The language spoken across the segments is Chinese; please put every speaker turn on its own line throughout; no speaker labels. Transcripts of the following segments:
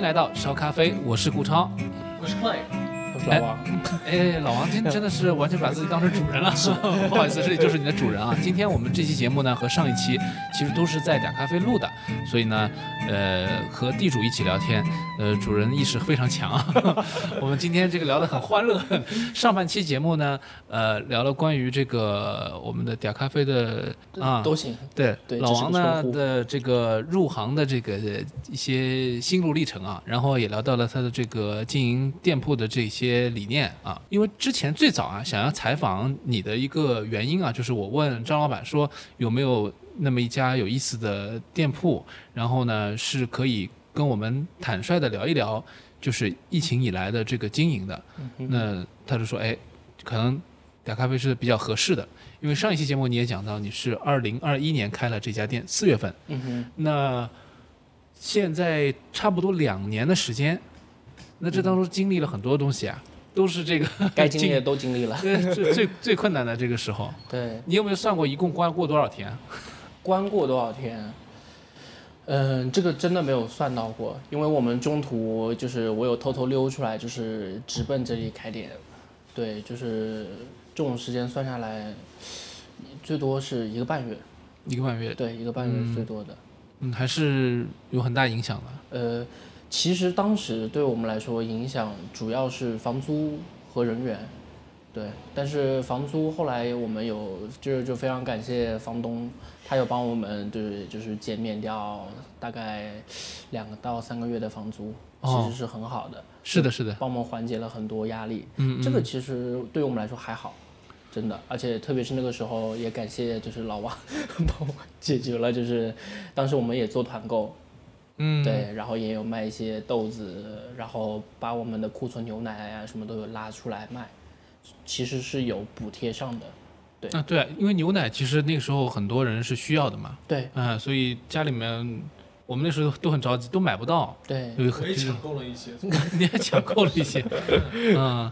来到烧咖啡，我是顾超。
我是 Clay，
我是老王，
哎，老王今天真的是完全把自己当成主人了，不好意思，这里就是你的主人啊。今天我们这期节目呢和上一期其实都是在假咖啡录的，所以呢，呃，和地主一起聊天，呃，主人意识非常强啊。 我们今天这个聊得很欢乐。上半期节目呢，呃，聊了关于这个我们的假咖啡的啊，
都行。
对，
对
老
这是
王
个
呢
称呼
的这个入行的这个呃一些心路历程啊，然后也聊到了他的这个经营店铺的这些理念啊。因为之前最早啊，想要采访你的一个原因啊，就是我问张老板说有没有那么一家有意思的店铺，然后呢是可以跟我们坦率的聊一聊，就是疫情以来的这个经营的。
嗯
那他就说，哎，可能嗲咖啡是比较合适的，因为上一期节目你也讲到，你是二零二一年开了这家店，四月份，
嗯哼，
那现在差不多两年的时间，那这当中经历了很多东西啊，都是这个
嗯该经历的都经历了。
经呃最最最困难的这个时候，
对，
你有没有算过一共关过多少天啊？
关过多少天？嗯，这个真的没有算到过，因为我们中途就是我有偷偷溜出来，就是直奔这里开店。对，就是这种时间算下来，最多是一个半月。
一个半月，
对，一个半月是最多的。
嗯，还是有很大影响的。
呃，其实当时对我们来说影响主要是房租和人员，对。但是房租后来我们有，就是就非常感谢房东，他有帮我们就是就是减免掉大概两个到三个月的房租，其
哦
实是很好的，
是的，是的，
帮我们缓解了很多压力。
嗯，
这
嗯
个其实对我们来说还好。真的，而且特别是那个时候，也感谢就是老王 帮我解决了，就是当时我们也做团购，
嗯，
对，然后也有卖一些豆子，然后把我们的库存牛奶啊什么都有拉出来卖，其实是有补贴上的。
啊，对啊，因为牛奶其实那个时候很多人是需要的嘛，
对
嗯，所以家里面我们那时候都很着急，都买不到，
对，
有
我
很
也
就是
抢购了一些。
你还抢购了一 些，嗯，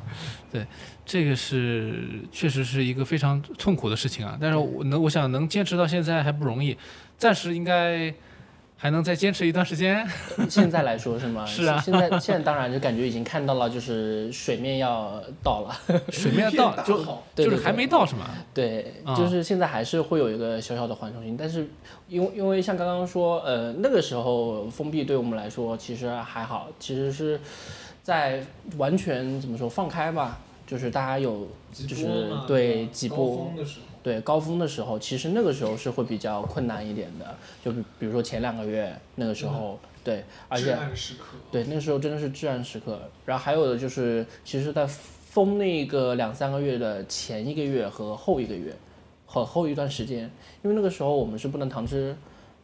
对，这个是确实是一个非常痛苦的事情啊，但是我能我想能坚持到现在还不容易，暂时应该还能再坚持一段时间，
现在来说是 吗？
是啊
现在现在当然就感觉已经看到了，就是水面要到了。
水面到
大
就
好
对
就是
对
还没到是吗？
对，
啊
就是现在还是会有一个小小的缓冲性，但是因为因为像刚刚说，呃，那个时候封闭对我们来说其实还好，其实是在完全怎么说放开吧，就是大家有
几
就
波
是
嘛
对
吧
几
高
波
峰的时候，
对高峰的时候，其实那个时候是会比较困难一点的，就比比如说前两个月那个时候，
嗯
对，而
至
且
暗时刻，
对那时候真的是至暗时刻。然后还有的就是，其实，在封那个两三个月的前一个月和后一个月，和后一段时间，因为那个时候我们是不能堂吃，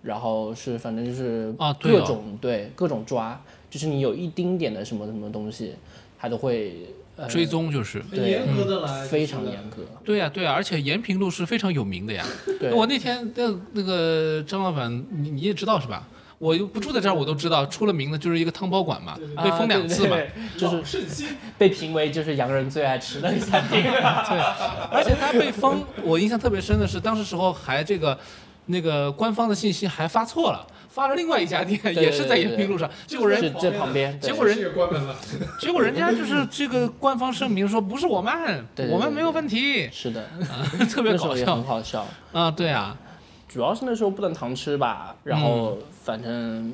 然后是反正就是
啊对
各
哦
种对,、各种抓，就是你有一丁点的什么什么东西，它都会呃
追踪就是。
很
对嗯
严格的来，
非常
就是
严格，
对呀、对呀、而且延平路是非常有名的呀。
对。
我那天那那个张老板，你你也知道是吧？我又不住在这儿，我都知道，出了名的就是一个汤包馆嘛，
对对
被封两次嘛。
啊对对对就是
老圣心，
被评为就是洋人最爱吃的一 餐厅。
而且他被封，我印象特别深的是，当时时候还这个那个官方的信息还发错了，发了另外一家店，
对对
也是在延平路上。结果
是
人
这旁边，对
结果人
这也关门了。
结果人家就是这个官方声明说不是我们，
对对对
我们没有问题，
是的，
特别
那时
搞
候也
笑
很好笑。
啊！对啊，
主要是那时候不能堂吃吧，然后反正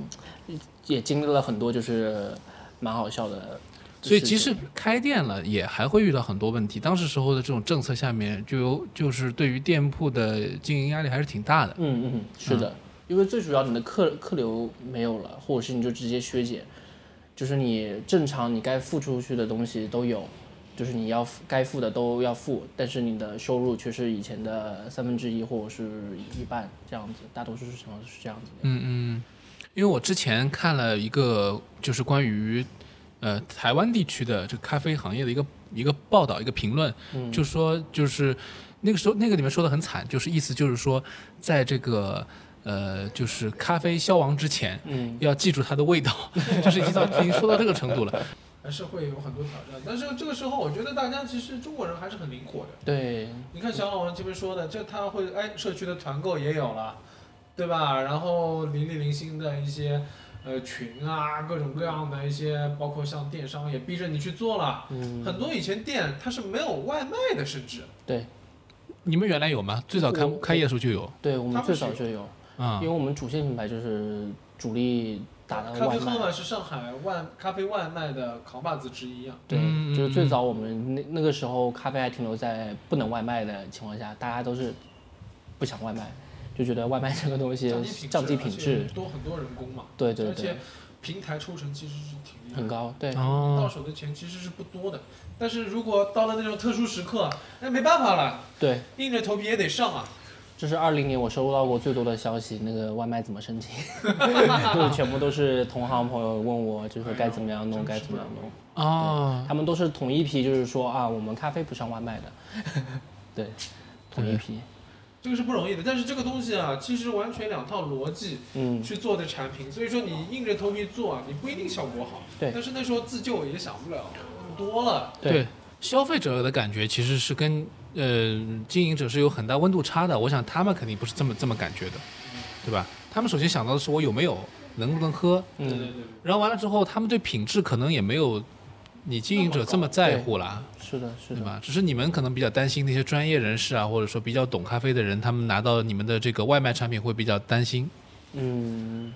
也经历了很多，就是蛮好笑的事情。
所以即使开店了，也还会遇到很多问题。当时时候的这种政策下面，就有就是对于店铺的经营压力还是挺大的。
嗯嗯是的，因为最主要你的客客流没有了，或者是你就直接削减，就是你正常你该付出去的东西都有，就是你要付该付的都要付，但是你的收入却是以前的三分之一或者是一半这样子，大多数情况是这样子的。
嗯嗯，因为我之前看了一个就是关于呃台湾地区的这个咖啡行业的一个一个报道一个评论，
嗯
就说就是那个时候那个里面说的很惨，就是意思就是说在这个呃就是咖啡消亡之前，
嗯，
要记住它的味道， 就是已经到已经说到这个程度了。
还是会有很多挑战，但是这个时候我觉得大家其实中国人还是很灵活的。
对，
你看小老王这边说的，这他会哎，社区的团购也有了，对吧？然后邻里零星的一些呃群啊，各种各样的一些，包括像电商也逼着你去做了。
嗯，
很多以前店它是没有外卖的，甚至
对
你们原来有吗？最早开
我
开业的时候就有
对，我
他
们
们
最
是
早
有
就有，
啊
因为我们主线品牌就是主力打的
咖
外
啡喝
卖，
碗是上海外咖啡外卖的扛把子之一啊。
对
嗯，
就是
嗯
最
嗯
早我们那那个时候咖啡还停留在不能外卖的情况下，大家都是不想外卖，就觉得外卖这个东西
降低
降低品
品质，
质
而且，多很多人工嘛。
对对
而且
对，
平台抽成其实是挺厉害
很
的，
高，对，
到
哦，
手的钱其实是不多的。但是如果到了那种特殊时刻，啊那没办法了，
对，
硬着头皮也得上啊。
这是二零年我收到过最多的消息，那个外卖怎么 申请，就是全部都是同行朋友问我，就是该怎么样弄，该怎么样弄。
哦，
他们都是同一批，就是说啊，我们咖啡不上外卖的， 对，同一批，
这个是不容易的，但是这个东西啊，其实完全两套逻辑
嗯，
去做的产品，所以说你硬着头皮做，啊你不一定效果好。
对
但是那时候自救也想不了多了。
对
对，消费者的感觉其实是跟呃经营者是有很大温度差的。我想他们肯定不是这么这么感觉的，对吧？他们首先想到的是我有没有，能不能喝，
对对
嗯，
对，
然后完了之后，他们对品质可能也没有你经营者这么在乎啦，
是的，是
对
的，
吧？只是你们可能比较担心那些专业人士啊，或者说比较懂咖啡的人，他们拿到你们的这个外卖产品会比较担心。
嗯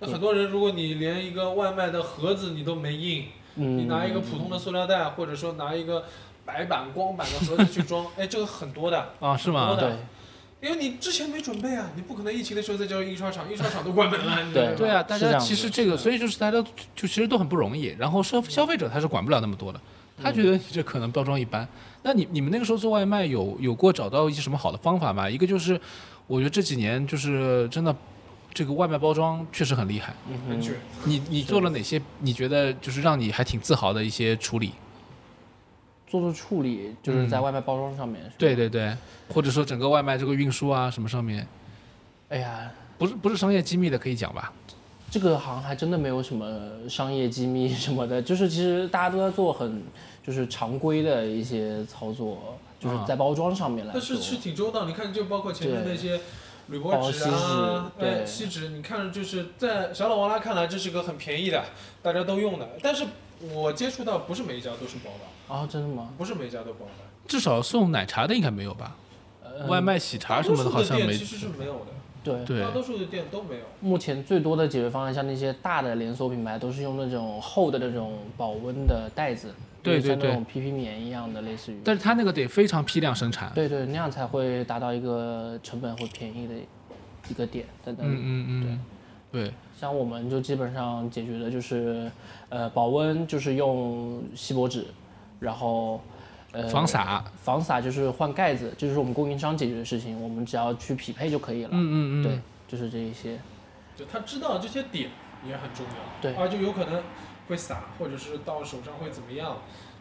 那很多人，如果你连一个外卖的盒子你都没印，
嗯，
你拿一个普通的塑料袋，或者说拿一个白板、光板的盒子去 装，哎，这个很多的，
啊，是
吗
吗？
对
因为你之前没准备啊，你不可能疫情的时候再叫印刷厂，印刷厂都关门了，你知道吗
对啊，大
是这
家
样子
其实这个，
是
所以就是大家就其实都很不容易。然后消消费者他是管不了那么多的，他觉
嗯
得你这可能包装一般。那你你们那个时候做外卖有有过找到一些什么好的方法吗？一个就是我觉得这几年就是真的这个外卖包装确实很厉害。
嗯
很
哼，
卷。
你你做了哪些你觉得就是让你还挺自豪的一些处理？
做出处理就是在
嗯
外卖包装上面，是吧
对，对对，或者说整个外卖这个运输啊什么上面，
哎呀，
不是不是商业机密的可以讲吧？
这个好像还真的没有什么商业机密什么的， 就是其实大家都在做很就是常规的一些操作，就是在包装上面来
啊但
说
是，是挺周到，你看就包括前面
对
那些铝箔纸啊，
包锡纸
哎
对
锡纸，你看就是在小老王来看来这是个很便宜的，大家都用的。但是我接触到不是每一家都是包的，
啊，真的吗？
不是每一家都包的，
至少送奶茶的应该没有吧？
呃
外卖喜茶什么
大多
好
数的
像
店
没
其。实是没有的，
对，
对
大，多数的店都没有。
目前最多的解决方案，像那些大的连锁品牌，都是用那种厚的那种保温的袋子，
对
就是
对
像那种 PP 棉一样的，类似于，
但是它那个得非常批量生产。
对对，那样才会达到一个成本会便宜的一个点在那里。
嗯嗯嗯，对，
像我们就基本上解决的就是，呃，保温就是用锡箔纸，然后，呃，
防洒。
防洒就是换盖子，这就是我们供应商解决的事情，我们只要去匹配就可以了。
嗯嗯嗯，
对，就是这一些。
就他知道这些点也很重要，
对
啊，就有可能会洒，或者是到手上会怎么样，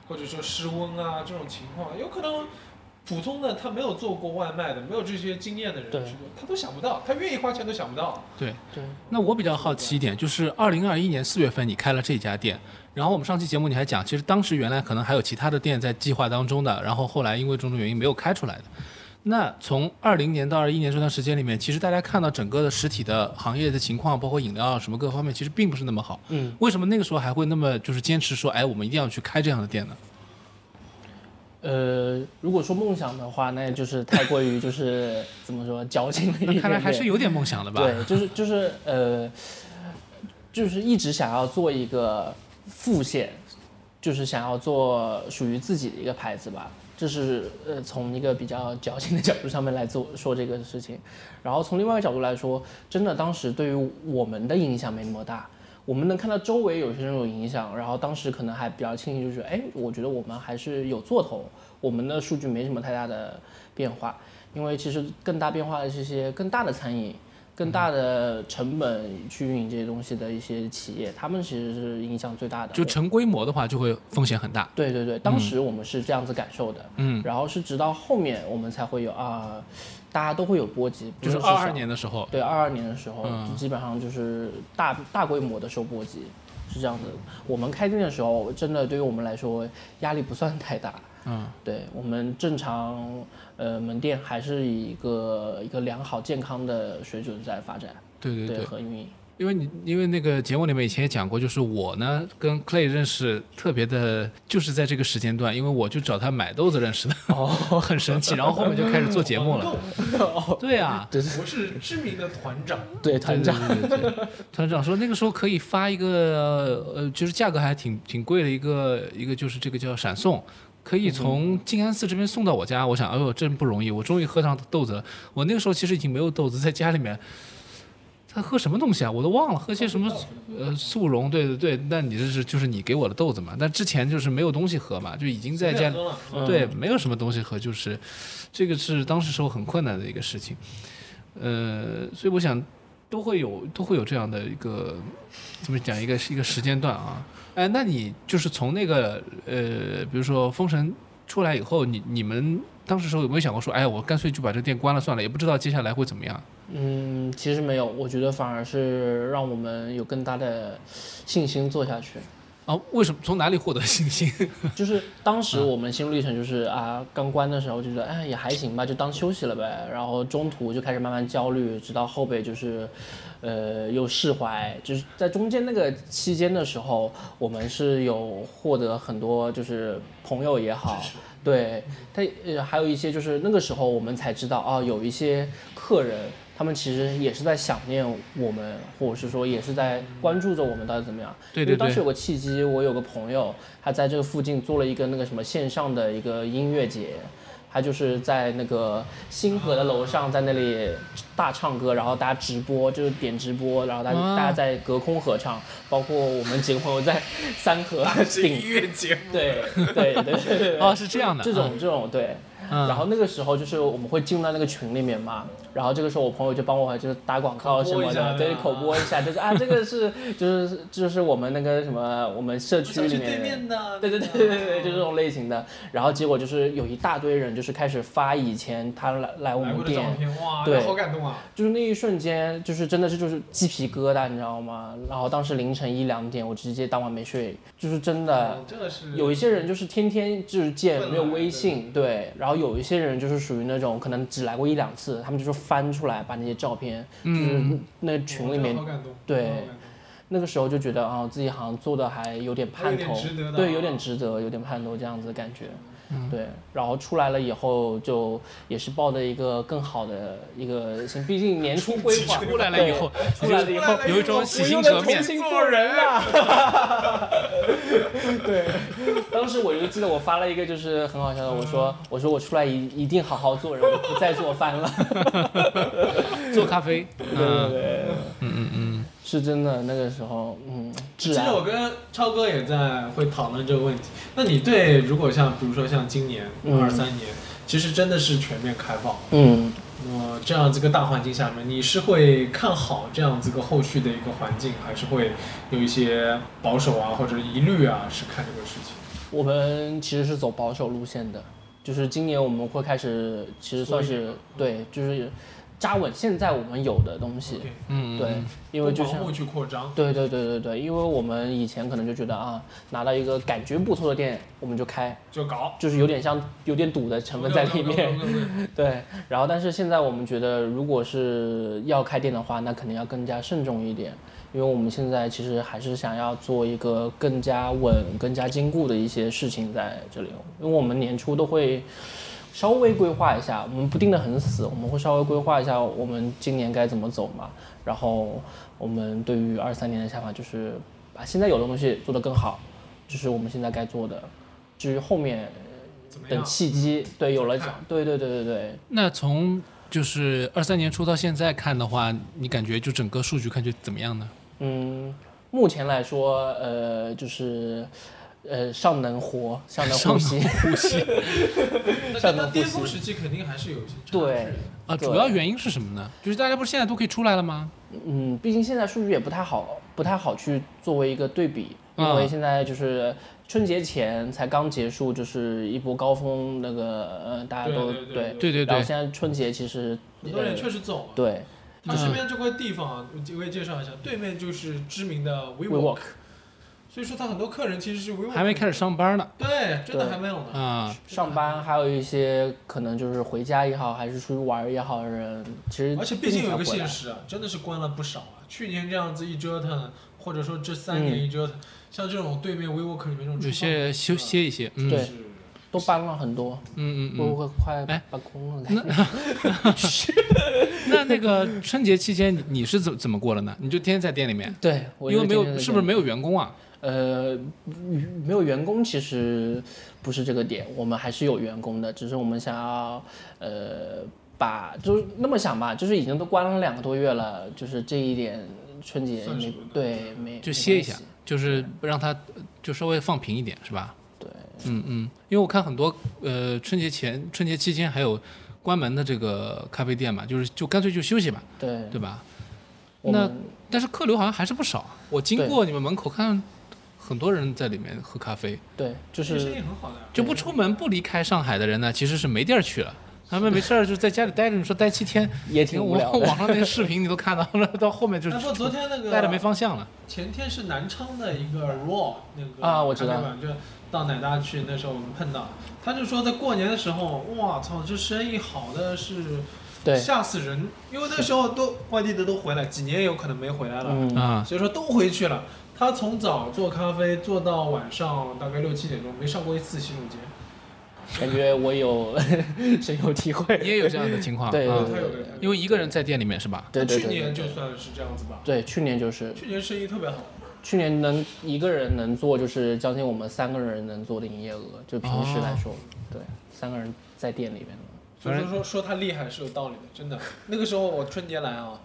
或者说失温啊这种情况，有可能普通的他没有做过外卖的，没有这些经验的人
对
去做，他都想不到，他愿意花钱都想不到。
对。
对，
那我比较好奇一点，就是二零二一年四月份你开了这家店，然后我们上期节目你还讲，其实当时原来可能还有其他的店在计划当中的，然后后来因为种种原因没有开出来的。那从二零年到二一年这段时间里面，其实大家看到整个的实体的行业的情况，包括饮料啊什么各方面，其实并不是那么好。
嗯，
为什么那个时候还会那么就是坚持说，哎，我们一定要去开这样的店呢？
呃，如果说梦想的话，那就是太过于就是 怎么说矫情了一点
那
点。
看来还是有点梦想的吧？
对，就是就是呃，就是一直想要做一个副线，就是想要做属于自己的一个牌子吧。这是呃从一个比较矫情的角度上面来做说这个事情，然后从另外一个角度来说，真的当时对于我们的影响没那么大。我们能看到周围有些人有影响，然后当时可能还比较庆幸，就是哎，我觉得我们还是有做头，我们的数据没什么太大的变化，因为其实更大变化的是一些更大的餐饮，更大的成本去运营这些东西的一些企业，他们其实是影响最大的。
就成规模的话，就会风险很大。
对对对，当时我们是这样子感受的，
嗯，
然后是直到后面我们才会有啊，大家都会有波及，
嗯
不
就是
论
二
小
二年的时候，
对，二二年的时候，
嗯
就基本上就是大大规模的受波及，是这样子。我们开店的时候，真的对于我们来说压力不算太大。
嗯，
对我们正常，呃，门店还是以一个一个良好健康的水准在发展，
对对
对
对。
和运营。
因为你因为那个节目里面以前也讲过，就是我呢跟 Clay 认识特别的，就是在这个时间段，因为我就找他买豆子认识的，
哦
很神奇。然后后面就开始做节目 了。对啊，
对
我是知名的团长，
对，团长，
对对 对对团长说那个时候可以发一个呃，就是价格还挺挺贵的一个一个就是这个叫闪送。可以从静安寺这边送到我家，我想，哎呦，真不容易！我终于喝上豆子了。我那个时候其实已经没有豆子，在家里面，他喝什么东西啊？我都忘了，喝些什么呃速溶？对对对，那你这是就是你给我的豆子嘛？但之前就是没有东西喝嘛，就已经在家里
喝了
嗯
对，没有什么东西喝，就是这个是当时时候很困难的一个事情。呃，所以我想都会有都会有这样的一个怎么讲一个一个时间段啊。哎，那你就是从那个呃，比如说封神出来以后，你你们当时时候有没有想过说，哎，我干脆就把这个店关了算了，也不知道接下来会怎么样？
嗯，其实没有，我觉得反而是让我们有更大的信心做下去。
啊，为什么从哪里获得信心？
就是当时我们心路历程就是啊，刚关的时候就觉得哎也还行吧，就当休息了呗。然后中途就开始慢慢焦虑，直到后背就是，呃，又释怀。就是在中间那个期间的时候，我们是有获得很多就是朋友也好，对他呃还有一些就是那个时候我们才知道啊，有一些客人。他们其实也是在想念我们，或者是说也是在关注着我们到底怎么样。
对
因
对
为当时
对
有个契机，我有个朋友，他在这个附近做了一个那个什么线上的一个音乐节，他就是在那个星河的楼上，在那里大唱歌，然后大家直播，就是点直播，然后大家、
哇
大家在隔空合唱，包括我们几个朋友在三河
是音
顶，
乐节目，
对对对对对，
哦，是这样的，
这种这种对。
嗯，
然后那个时候就是我们会进到那个群里面嘛，然后这个时候我朋友就帮我就是打广告什么
口播一下
的，对，
对吧
口播一下，就是啊，这个是就是就是我们那个什么我们社区
小
里
区
面
对面的，啊
对对对对对对，就这种类型的。然后结果就是有一大堆人就是开始发以前他来来我
来
们
过的照
店，
片，哇，
对
好感动啊！
就是那一瞬间，就是真的是就是鸡皮疙瘩，你知道吗？然后当时凌晨一两点，我直接当晚没睡，就是真的。
哦，这个是
有一些人就是天天就是见，
问
没有
来
微信，对。然后有一些人就是属于那种可能只来过一两次，他们就是翻出来把那些照片，
嗯
嗯
就是那群里面
哦这个好感动，
对
好感动
那个时候就觉得啊，自己好像做的还有点
还
盼
有点
头
值得的，嗯
对，
啊
有点值得，有点盼头这样子的感觉。对，然后出来了以后，就也是抱着一个更好的一个心，毕竟年初规划
出来了以后，
对出来了以后
出来了
有一种喜
我又
新
能
折
重
面，
新做人了。对，当时我就记得我发了一个就是很好笑的，我说我说我出来一一定好好做人，我不再做番了。
做咖啡，
对对
嗯，
对，嗯嗯嗯，是真的。那个时候，嗯，
其
治
实
安
我跟超哥也在会讨论这个问题。那你对如果像比如说像今年
嗯
二三年，其实真的是全面开放，
嗯，
那么这样子一个大环境下面，你是会看好这样子一个后续的一个环境，还是会有一些保守啊或者疑虑啊？是看这个事情。
我们其实是走保守路线的，就是今年我们会开始，其实算是对，就是扎稳现在我们有的东西。
OK，
嗯，嗯
对
嗯，
因为就
不
像
盲目去扩张，
对对对对对，因为我们以前可能就觉得啊，拿到一个感觉不错的店，我们就开，
就搞。
就是有点像有点赌的哎呃成分在里面。
不。不不 不不不
对，然后但是现在我们觉得，如果是要开店的话，那肯定要更加慎重一点，因为我们现在其实还是想要做一个更加稳、更加坚固的一些事情在这里，哦因为我们年初都会。稍微规划一下，我们不定的很死，我们会稍微规划一下我们今年该怎么走嘛。然后我们对于二三年的想法就是把现在有的东西做得更好，这、是我们现在该做的。至于后面
怎么
等
样？嗯
契机，对，有了
看
讲，对对对对对，
那从就是二三年初到现在看的话，你感觉就整个数据看觉怎么样呢？
嗯，目前来说，呃，就是呃，尚能活，尚能
尚
呼
能
吸，
呼吸
那
上
跟
个
他
呼
巅
吸
峰时期肯定还是有一些差距
对
的。
啊，
对
主要原因是什么呢？就是大家不是现在都可以出来了吗？
嗯，毕竟现在数据也不太好，不太好去作为一个对比，因
嗯
啊
为现在就是春节前才刚结束，就是一波高峰，那个呃，大家
对
都
对对对
对对
然后
对，
现在春节其实
很多人确
呃
实走了。
对
他身边这块地方啊，我我也介绍一下，对面就是知名的 WeWork，
WeWork
所以说他很多客人其实是 WeWork
还没开始上班呢
对，真
对
的还没有呢。
啊。
上班，还有一些可能就是回家也好，还是出去玩儿也好的人，其实
而且毕竟有一个
回来
现实啊，真的是关了不少啊，去年这样子一折腾，或者说这三年一折腾，像这种对面 WeWork 里面这种
有些休歇一歇，嗯
对
是
都搬了很多，
嗯嗯嗯。
会不会快
哎
把空 了？
那那个春节期间你你是怎怎么过的呢？你就天天在店里面，
对，我
因为没有
天天在
是不是
家
没有员工啊？
呃，没有员工其实不是这个点，我们还是有员工的，只是我们想要呃把就是那么想吧，就是已经都关了两个多月了，就是这一点春节
算
没
什么呢
对没
就
没
歇一
关
下
系，
就是让他呃就稍微放平一点，是吧？
对，
嗯嗯，因为我看很多呃春节前、春节期间还有关门的这个咖啡店嘛，就是就干脆就休息吧，
对
对吧？
我
那
们
但是客流好像还是不少，我经
对
过你们门口看，很多人在里面喝咖啡，
对就
其实生
是
意很好的呀。
就不出门不离开上海的人呢，其实是没地儿去了。他们没事儿就在家里待着，你说待七天，
也挺无
我
聊
网
的。
上那些视频你都看到了，到后面就
哎，不，昨天那个
待着没方向了。
前天是南昌的一个 Raw 那个
啊我知道
咖啡馆，就到奶大去，那时候我们碰到，他就说在过年的时候，哇操，这生意好的是
对，
吓死人，因为那时候都外地的都回来，几年有可能没回来了，
嗯，
啊，
所以说都回去了。他从早做咖啡做到晚上大概六七点钟，没上过一次洗手间。
感觉我有 深有体会。
你也有这样的情况，
对
啊
对
他有
对
的
因为一个人在店里面是吧？
对对对
去年就
对
算是这样子吧，
对去年就是
去年生意特别好。
去年能一个人能做就是将近我们三个人能做的营业额，就平时来说，对，三个人在店里面
所以说说说他厉害是有道理的，真的。那个时候我春节来啊，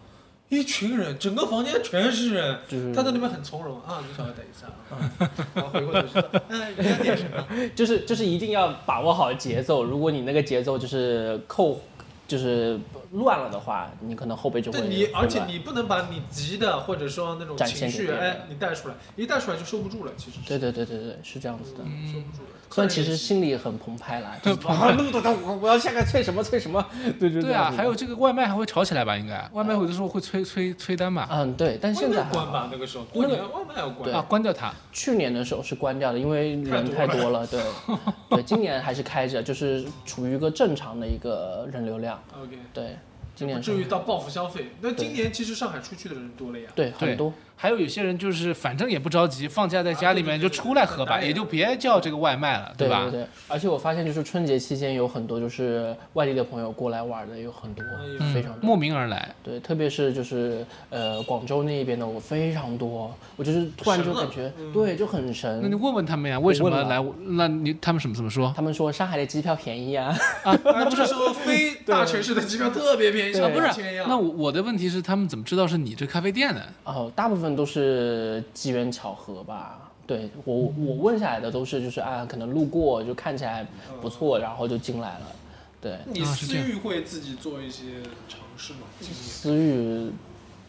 一群人，整个房间全是人，
就是
他在那边很从容啊，你稍微等一下啊， 然后回过头说，哎，你要点什么？
就是就是一定要把握好节奏，如果你那个节奏就是扣就是乱了的话，你可能后 背就会
对你，
混乱
而且你不能把你急的或者说那种
展
情
现给
绪，
别人
哎，你带出来，一带出来就收不住了，其实是
对对对对对是这样子的，
嗯收不住了。
虽然其
客人
实
也
心里很澎湃啦，就是啊那么多单， 我我要下个催什么催什么，对对对，
啊，还有这个外卖还会吵起来吧？应
啊
该外卖有的时候会催催催单吧？
嗯对，但现
外
在
卖
还
关
好
吧，那个时候过年外卖要关。
啊，关掉它。
去年的时候是关掉的，因为人太多了，对，对，今年还是开着，就是处于一个正常的一个人流量，
OK，
对，今
不
年
至
是，
于到报复消费。那
对
今年其实上海出去的人多了呀。
对，
对
很多，
还有有些人就是反正也不着急，放假在家里面就出来喝吧，
啊对对对
也就别叫这个外卖了，
对
吧？
对对，而且我发现就是春节期间有很多就是外地的朋友过来玩的有很多，
哎呦
非常多。
莫嗯名而来，
对，特别是就是呃广州那边的我非常多，我就是突然就
神了
感觉、
嗯
对就很
那
神
你。问问他们呀，为什么
问了
来？那你他们什么怎么说？
他们说上海的机票便宜啊，
啊，这个 时候飞大城市的机票特别便宜，
对啊
像
不
以前一
是，那
样。
我我的问题是，他们怎么知道是你这咖啡店的？
哦，大部分都是机缘巧合吧。对我我问下来的都是就是啊，可能路过就看起来不错，然后就进来了。对，
嗯你
啊是
私
这样
域会自己做一些尝试吗？
嗯
今年
私域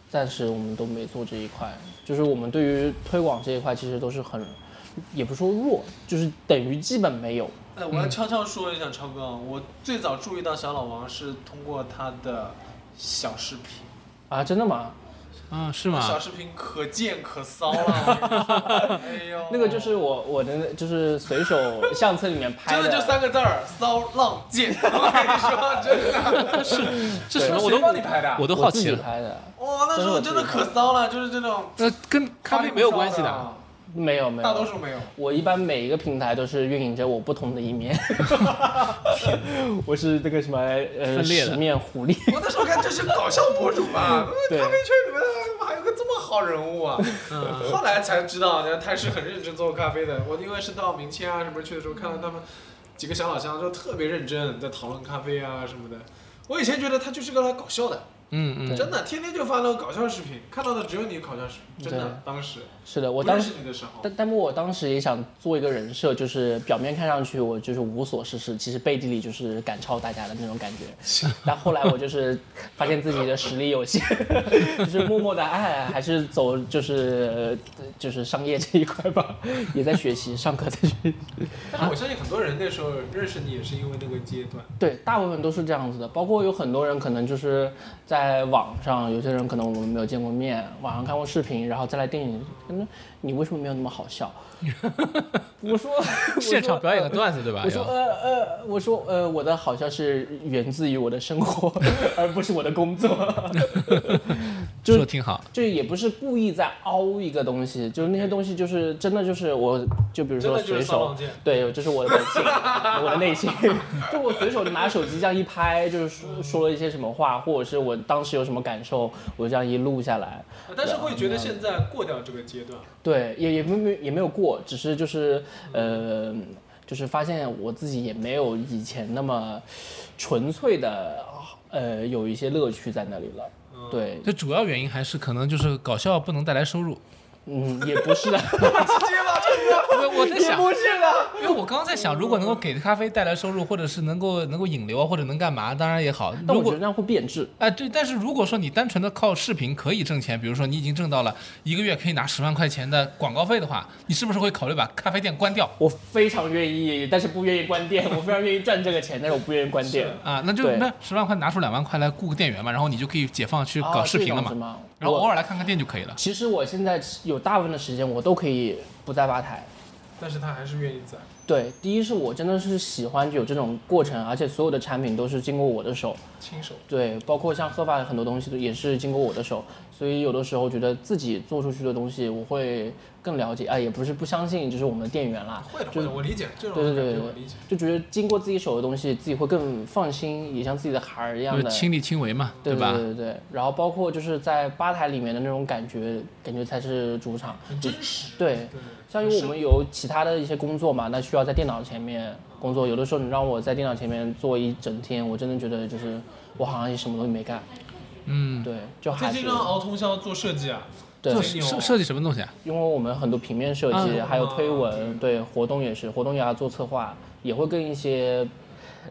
暂时我们都没做这一块，就是我们对于推广这一块其实都是很，也不说弱，就是等于基本没有。
哎，我要悄悄说一下，超哥，啊我最早注意到小老王是通过他的小视频。
啊，真的吗？
啊，是
小
吗？
视频可贱可 骚了，哎呦，
那个就是我我的就是随手相册里面拍
真的就三个字儿，骚浪贱。 我跟你说，真的，
这什么我
谁
都
帮你拍的啊？
我都好
我自
奇
己
了。
拍的，
哇，那时候真的可骚了，就是这种
那跟咖啡没有关系的，
啊，
没有没有，
大多数没有。
我一般每一个平台都是运营着我不同的一面， 我是这个什么呃
分裂的
十面狐狸，
我那时候看这是搞笑博主 吧，
对
咖啡圈里面怎么还有个这么好人物啊？
嗯
后来才知道，人家他是很认真做咖啡的。我因为是到明谦啊什么去的时候，看到他们几个小老乡就特别认真在讨论咖啡啊什么的。我以前觉得他就是个来搞笑的，
嗯嗯，
真的天天就发那种搞笑视频，看到的只有你搞笑视频，真的
对
当时
是的，我
不
当
认
时
识你的时候，
但但不，我当时也想做一个人设，就是表面看上去我就是无所事事，其实背地里就是赶超大家的那种感觉。但后来我就是发现自己的实力有限， 就是默默的哎，还是走就是呃就是商业这一块吧，也在学习，上课在学习。
但我相信很多人那时候认识你也是因为那个阶段。
对，大部分都是这样子的，包括有很多人可能就是在网上，有些人可能我们没有见过面，网上看过视频，然后再来电影，嗯，你为什么没有那么好 笑？我说我
现场
说
表演个段子对吧哎
我？说
要
呃呃，我说呃，我的好 像是源自于我的生活，而不是我的工作。就
说得挺好，
就也不是故意在凹一个东西，就是那些东西就是真的就是我就比如
真
说
的就
随
是骚
手
浪，贱。
对，这是我的本性，我的内心， 就我随手拿手机这样一拍，就是说说了一些什么话，或者是我当时有什么感受，我这样一录下来，
但是会觉
啊
得现在过掉这个阶段，
对，也也没没也没有过，只是就是呃，就是发现我自己也没有以前那么纯粹的呃有一些乐趣在那里了，对，
这主要原因还是可能就是搞笑不能带来收入。
嗯，也不是的，
直接把这个
我我在
也
想，
不是的。
因为我刚刚在想，如果能够给咖啡带来收入，或者是能够能够引流啊，或者能干嘛，当然也好。
但
如
我觉
果
得那样会变质。
哎，对，但是如果说你单纯的靠视频可以挣钱，比如说你已经挣到了一个月可以拿十万块钱的广告费的话，你是不是会考虑把咖啡店关掉
我非常愿意，但是不愿意关店。我非常愿意赚这个钱，但是我不愿意关店。
啊？那就
对
那十万块拿出两万块来雇个店员嘛，然后你就可以解放去
啊
搞视频了
这样
嘛
子，吗？
然后
我
偶尔来看看店就可以了。
其实我现在有大部分的时间我都可以不在吧台。
但是他还是愿意在。
对，第一是我真的是喜欢有这种过程，而且所有的产品都是经过我的手。
亲手，
对，包括像喝法很多东西都也是经过我的手，所以有的时候觉得自己做出去的东西我会更了解。哎，也不是不相信，就是我们的店员啦，
会的
啊就
会的，我理解这种
对对
感
对
觉，
对
我理解。
就觉得经过自己手的东西，自己会更放心，也像自己的孩儿一样
就是
的。
亲力亲为嘛，
对
吧？
对对对，然后包括就是在吧台里面的那种感觉，感觉才是主场。
很真实。
对，
对，
像因为我们有其他的一些工作嘛，那需要在电脑前面工作，有的时候你让我在电脑前面坐一整天，我真的觉得就是我好像也什么东西没干。
嗯，
对，就
最
还是
近让熬通宵做设计啊，
对
做，
吹牛
设设计什么东西啊？
因为我们很多平面设计，
啊
还有推文，对活动也是，活动也要做策划，也会跟一些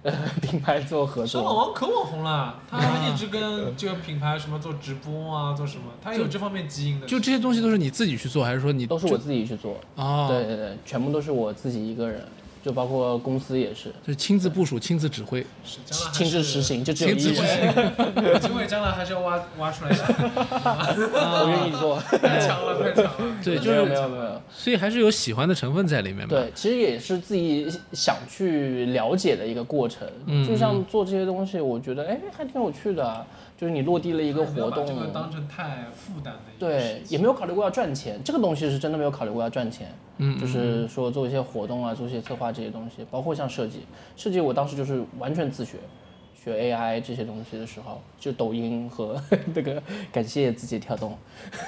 呃 品牌做合
小老
作。
王可网红了，他一 直跟这个品牌什么做直播啊，做什么，他有这方面基因的。
就这些东西都是你自己去做，还是说你
都是我自己去做，
啊？
对，对对，全部都是我自己一个人，就包括公司也是。
就是亲自部署、亲自指挥。
是将来还是
亲自实。行，就只有
亲自
一
执
人，
行，
警委将来还是要挖挖出来一下，
我愿意做。
太强了，太强了。
啊对，就
没有没
是
有没有，
所以还是有喜欢的成分在里面吧。
对，其实也是自己想去了解的一个过程。
嗯
就像做这些东西，我觉得哎还挺有趣的啊，就是你落地 了一个活
哎不要把这个当
动，
成太负担的一个事
对，也没有考虑过要赚钱，这个东西是真的没有考虑过要赚钱。
嗯，嗯
就是说做一些活动啊，做一些策划这些东西，包括像设计，设计我当时就是完全自学，学 AI 这些东西的时候，就抖音和 那个感谢字节跳动。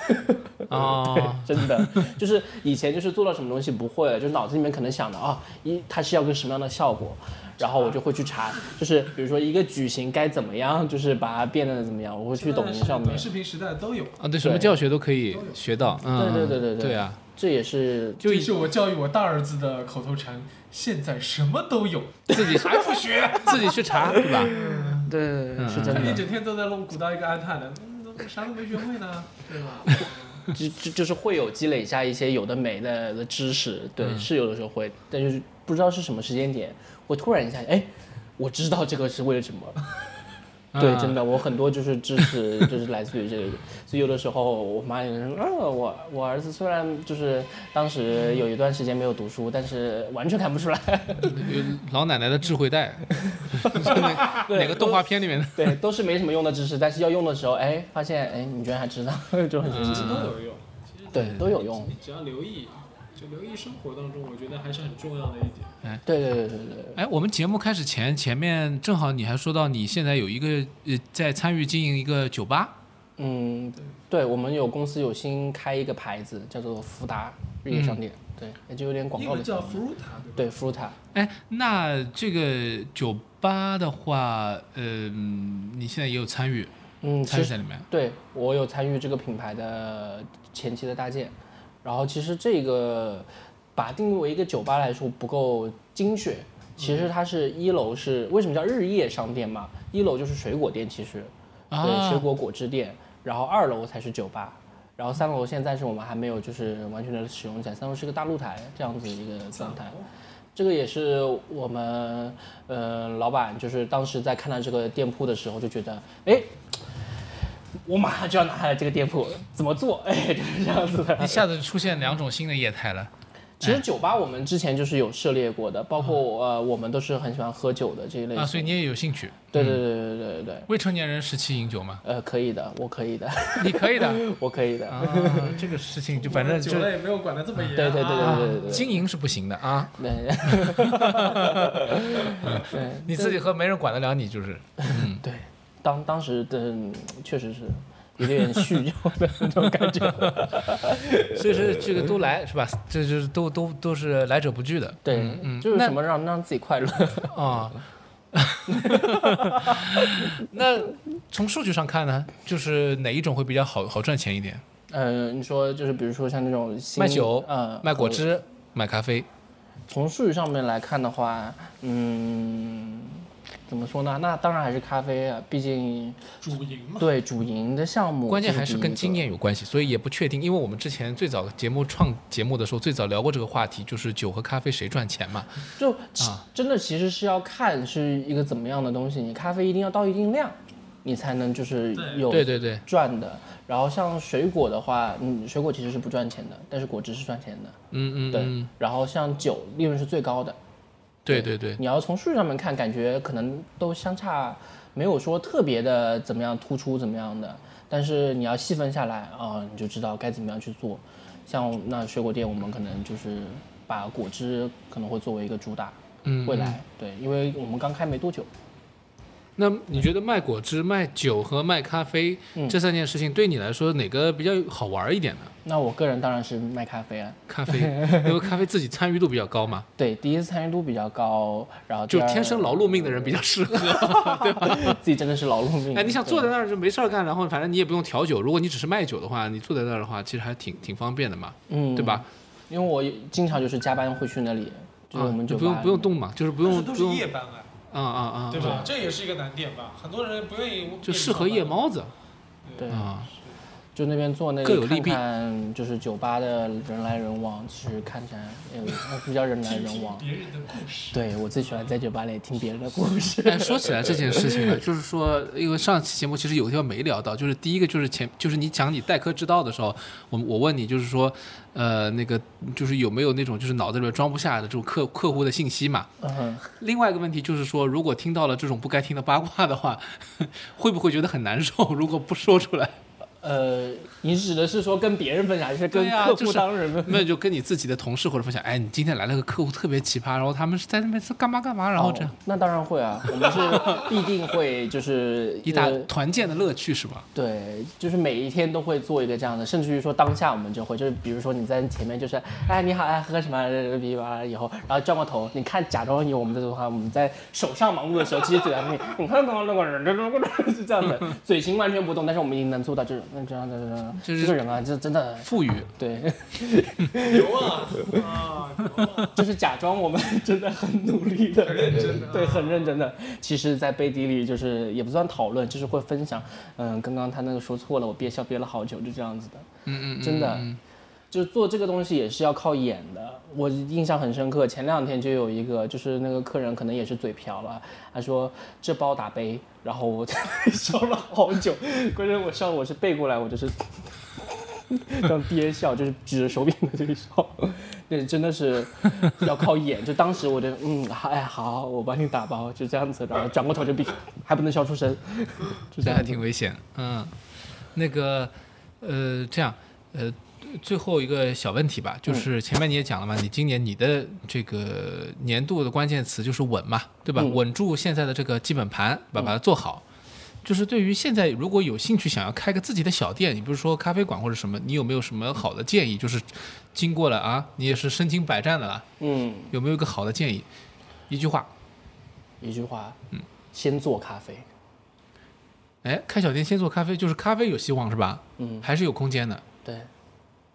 哦，
真的，就是以前就是做到什么东西不会了，就是脑子里面可能想的啊，一它是要个什么样的效果，然后我就会去查，就是比如说一个矩形该怎么样，就是把它变得怎么样，我会去抖音上面
短。视频时代都有。
啊，对，什么教学都可以学到。嗯，
对对对对
对，
对
啊，
这也是
就
这是我教育我大儿子的口头禅，现在什么都有，
自 己
还不学？
自己去 查，对吧？
对对对，是真
你
的，
整天都在弄古代一个安泰的，嗯，怎么啥都没学 会呢？对吧？
就就就是会有积累下一些有的没的的知识，对，是有的时候会，但就是不知道是什么时间点，会突然一下，哎，我知道这个是为了什么，对，真
的。
的，我很多就是支持，就是来自于这个，所以有的时候我妈也是说，啊，我我儿子虽然就是当时有一段时间没有读书，但是完全看不出 来，
有老奶奶的智慧带，哪
对
哪个动画片里面的？
对，都是没什么用的知识，但是要用的时候，哎，发现哎，你居然还知道， 就
嗯
很神
其
奇，
实都有用，其实
对，都有用，
你只要留意，就留意生活当中，我觉得还是很重要的一点。
对对对对对，
哎，我们节目开始前，前面正好你还说到你现在有一个呃，在参与经营一个酒吧，
嗯，对我们有公司有新开一个牌子，叫做福达日夜商店，对，也就有点广
英
告
文
的，
叫 Fruta，对吧？
对，福塔，
哎，那这个酒吧的话，呃，你现在也有参与，
嗯，其
参
实
与在里面。
对我有参与这个品牌的前期的搭建，然后其实这个把它定义为一个酒吧来说不够精确，其实它是一楼是为什么叫日夜商店嘛？一楼就是水果店，其实对
啊
水果果汁店，然后二楼才是酒吧。然后三楼现在是我们还没有就是完全的使用起来，三楼是个大露台这样子一个状态。这个也是我们呃老板就是当时在看到这个店铺的时候就觉得，哎，我马上 就要拿下来这个店铺，怎么做？哎，就是这样子的
一。下子出现两种新的业态了，
其实酒吧我们之前就是有涉猎过的，包括我呃，我们都是很喜欢喝酒的这一类型。
啊，所以嗯你也有兴趣？
对对对对对对对，
未成年人时期饮酒吗？
呃，可以的，我可以的，
你可以的
我可以的。
啊，这个事情就反正就
久了也没有管得这么严、啊。
对对对
啊
对对对对，
经营是不行的啊，
对 对
你自己喝没人管得了你，就是嗯
对，当当时的嗯确实是有点酗酒的那种感
嗯
觉。
所以说这个都来是吧？这就是都都都是来者不拒的
对，
嗯
就是
那
什么让让自己快乐。
啊。 那从数据上看呢，就是哪一种会比较好好赚钱一点？
呃，你说就是比如说像那种新
卖酒
呃，
卖果
和
汁、卖咖啡，
从数据上面来看的话，嗯，怎么说呢？那当然还是咖啡啊，毕竟
主营嘛，
对主营的项
哦
目，
关键
这
还是
第一
跟
个
经。验有关系，所以也不确定。因为我们之前最早节目创节目的时候，最早聊过这个话题，就是酒和咖啡谁赚钱嘛。
就、其
啊
真的其实是要看是一个怎么样的东西，你咖啡一定要到一定量，你才能就是
对
有
对对对，
赚的。然后像水果的话，嗯，水果其实是不赚钱的，但是果汁是赚钱的，
嗯嗯
对。
嗯，
然后像酒利润是最高的，
对对对，
你要从数据上面看，感觉可能都相差，没有说特别的怎么样突出怎么样的。但是你要细分下来啊、你就知道该怎么样去做。像那水果店，我们可能就是把果汁可能会作为一个主打，
嗯。
未来对，因为我们刚开没多久，
那你觉得卖果汁、卖酒和卖咖啡
嗯
这三件事情，对你来说哪个比较好玩一点呢？
那我个人当然是卖咖啡了。
咖 啡，因为咖啡自己参与度比较高嘛，
对，第一次参与度比较高，然后
就
第二
天生劳碌命的人比较适合。
自己真的是劳碌命。
哎，你想
对
坐在那儿就没事儿干，然后反正你也不用调酒。如果你只是卖酒的话，你坐在那儿的话，其实还挺挺方便的嘛，
嗯，
对？吧？
因为我经常就是加班会去那里，就是我
啊
们
就
酒吧
不用不用动嘛，就是不用
但
不
是都
用
是夜班啊，
啊啊啊，
对
啊
吧？这也是一个难点吧，很多人不愿意
就适合夜
夜猫。
猫子
对。
啊，
就那边坐那
各有
里
利
看
弊
看，就是酒吧的人来人往，其实看起来也比较人来
听
人
听
往。
别人的故事，
对我最喜欢在酒吧里听别人的故 事。
哎，说起来这件事情 啊，就是说，因为上期节目其实有一条没聊到，就是第一个就是前，就是你讲你待客之道的时候，我我问你就是说，呃，那个就是有没有那种就是脑子里面装不下的这种客客户的信息嘛？
嗯哼，
另外一个问题就是说，如果听到了这种不该听的八卦的话， 会不会觉得很难受？ 如果不说出来，
呃，你指的是说跟别人分享，还是跟
对呀
客
就
户
是
当人分享？
那就跟你自己的同事或者分享，哎，你今天来了个客户特别奇葩，然后他们是在那边是干嘛干嘛，然后这样
哦、那当然会啊，我们是 必定会就是
一大
呃
团建的乐趣是吧？
对，就是每一天都会做一个这样的，甚至于说当下我们就会，就是比如说你在前面就是，哎你好，哎喝什么，哔吧，以后，然后转过头，你看假装有我们在说话，我们在手上忙碌的时候，其实嘴在那里，你看那个人，是这样的，嘴型完全不动，但是我们已经能做到这种，那这样的这样，
就是
这个人啊，这真的
富裕，
对，
牛啊啊，牛啊
就是假装我们真的很努力的，
很认真啊
对，很认真的。其实，在背地里就是也不算讨论，就是会分享。嗯，刚刚他那个说错了，我憋笑憋了好久，就这样子的。
嗯嗯嗯，
真的
嗯
就是做这个东西也是要靠演的。我印象很深刻，前两天就有一个，就是那个客人可能也是嘴瓢了，他说这包打杯，然后我 笑了好久，关键我笑我是背过来，我就是 这样憋笑，就是指着手柄的这个笑， 对，真的是要靠演。就当时我就嗯，好哎好，我帮你打包，就这样子，然后转过头就闭，还不能笑出声， 就这
这
样
还
子。
挺危险。嗯，那个，呃，这样，呃，最后一个小问题
嗯
吧，就是前面你也讲了嘛，你今年你的这个年度的关键词就是稳嘛，对吧？
嗯
稳住现在的这个基本盘，把把它做好。就是对于现在如果有兴趣想要开个自己的小店，你比如说咖啡馆或者什么，你有没有什么好的建议？就是经过了啊，你也是身经百战了啊，
嗯，
有没有一个好的建议？一句话，
一句话，嗯，先做咖啡。
哎，开小店先做咖啡，就是咖啡有希望是吧？
嗯，
还是有空间的。
对，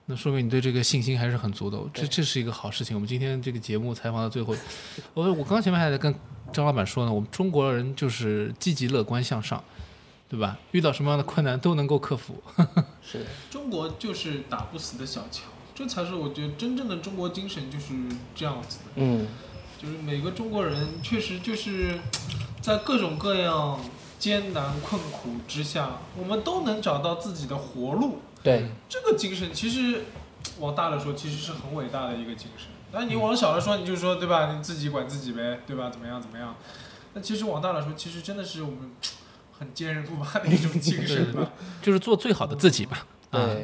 那说明你对这个信心还是很足的，这这是一个好事情。我们今天这个节目采访到最后， 我我刚前面还在跟张老板说呢，我们中国人就是积极乐观向上，对吧？遇到什么样的困难都能够克服。
是的。
中国就是打不死的小强，这才是我觉得真正的中国精神就是这样子的。
嗯
就是每个中国人确实就是在各种各样艰难困苦之下，我们都能找到自己的活路。，
对，
这个精神其实往大了说，其实是很伟大的一个精神。但你往小了说，你就说对吧，你自己管自己呗，对吧？怎么样怎么样？那其实往大了说，其实真的是我们很坚韧不拔的一种精神吧。
就是做最好的自己吧。
嗯
啊，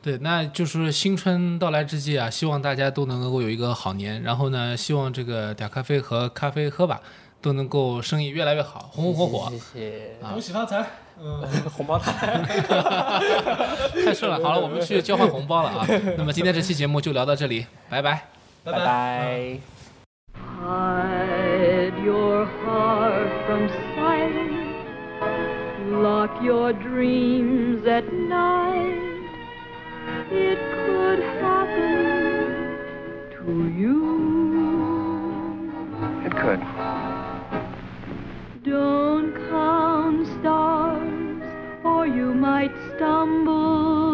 对，
对，那就是新春到来之际啊，希望大家都能够有一个好年。然后呢，希望这个嗲咖啡和咖啡喝吧都能够生意越来越好，红红火火。
谢谢，
啊
恭喜发财！嗯，
红包太
太顺了，好了，我们去交换红包了啊。那么今天这期节目就聊到这里，拜拜。
拜
拜拜。
Hide your heart from sight. Lock your dreams at night. It could happen to you.
It could.
Don't count stars, or you might stumble.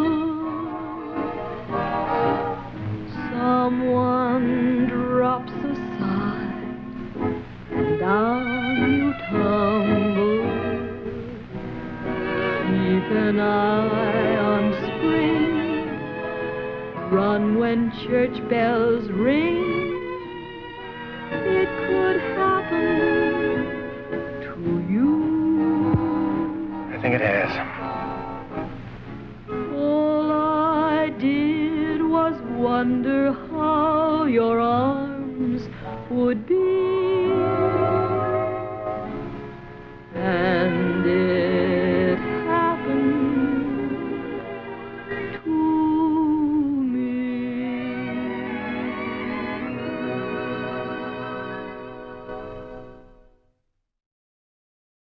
Someone drops a sigh, and down you tumble. Keep an eye on spring. Run when church bells ring. It could happen to you.
I think it has.
All I did was wonder how your arms would be.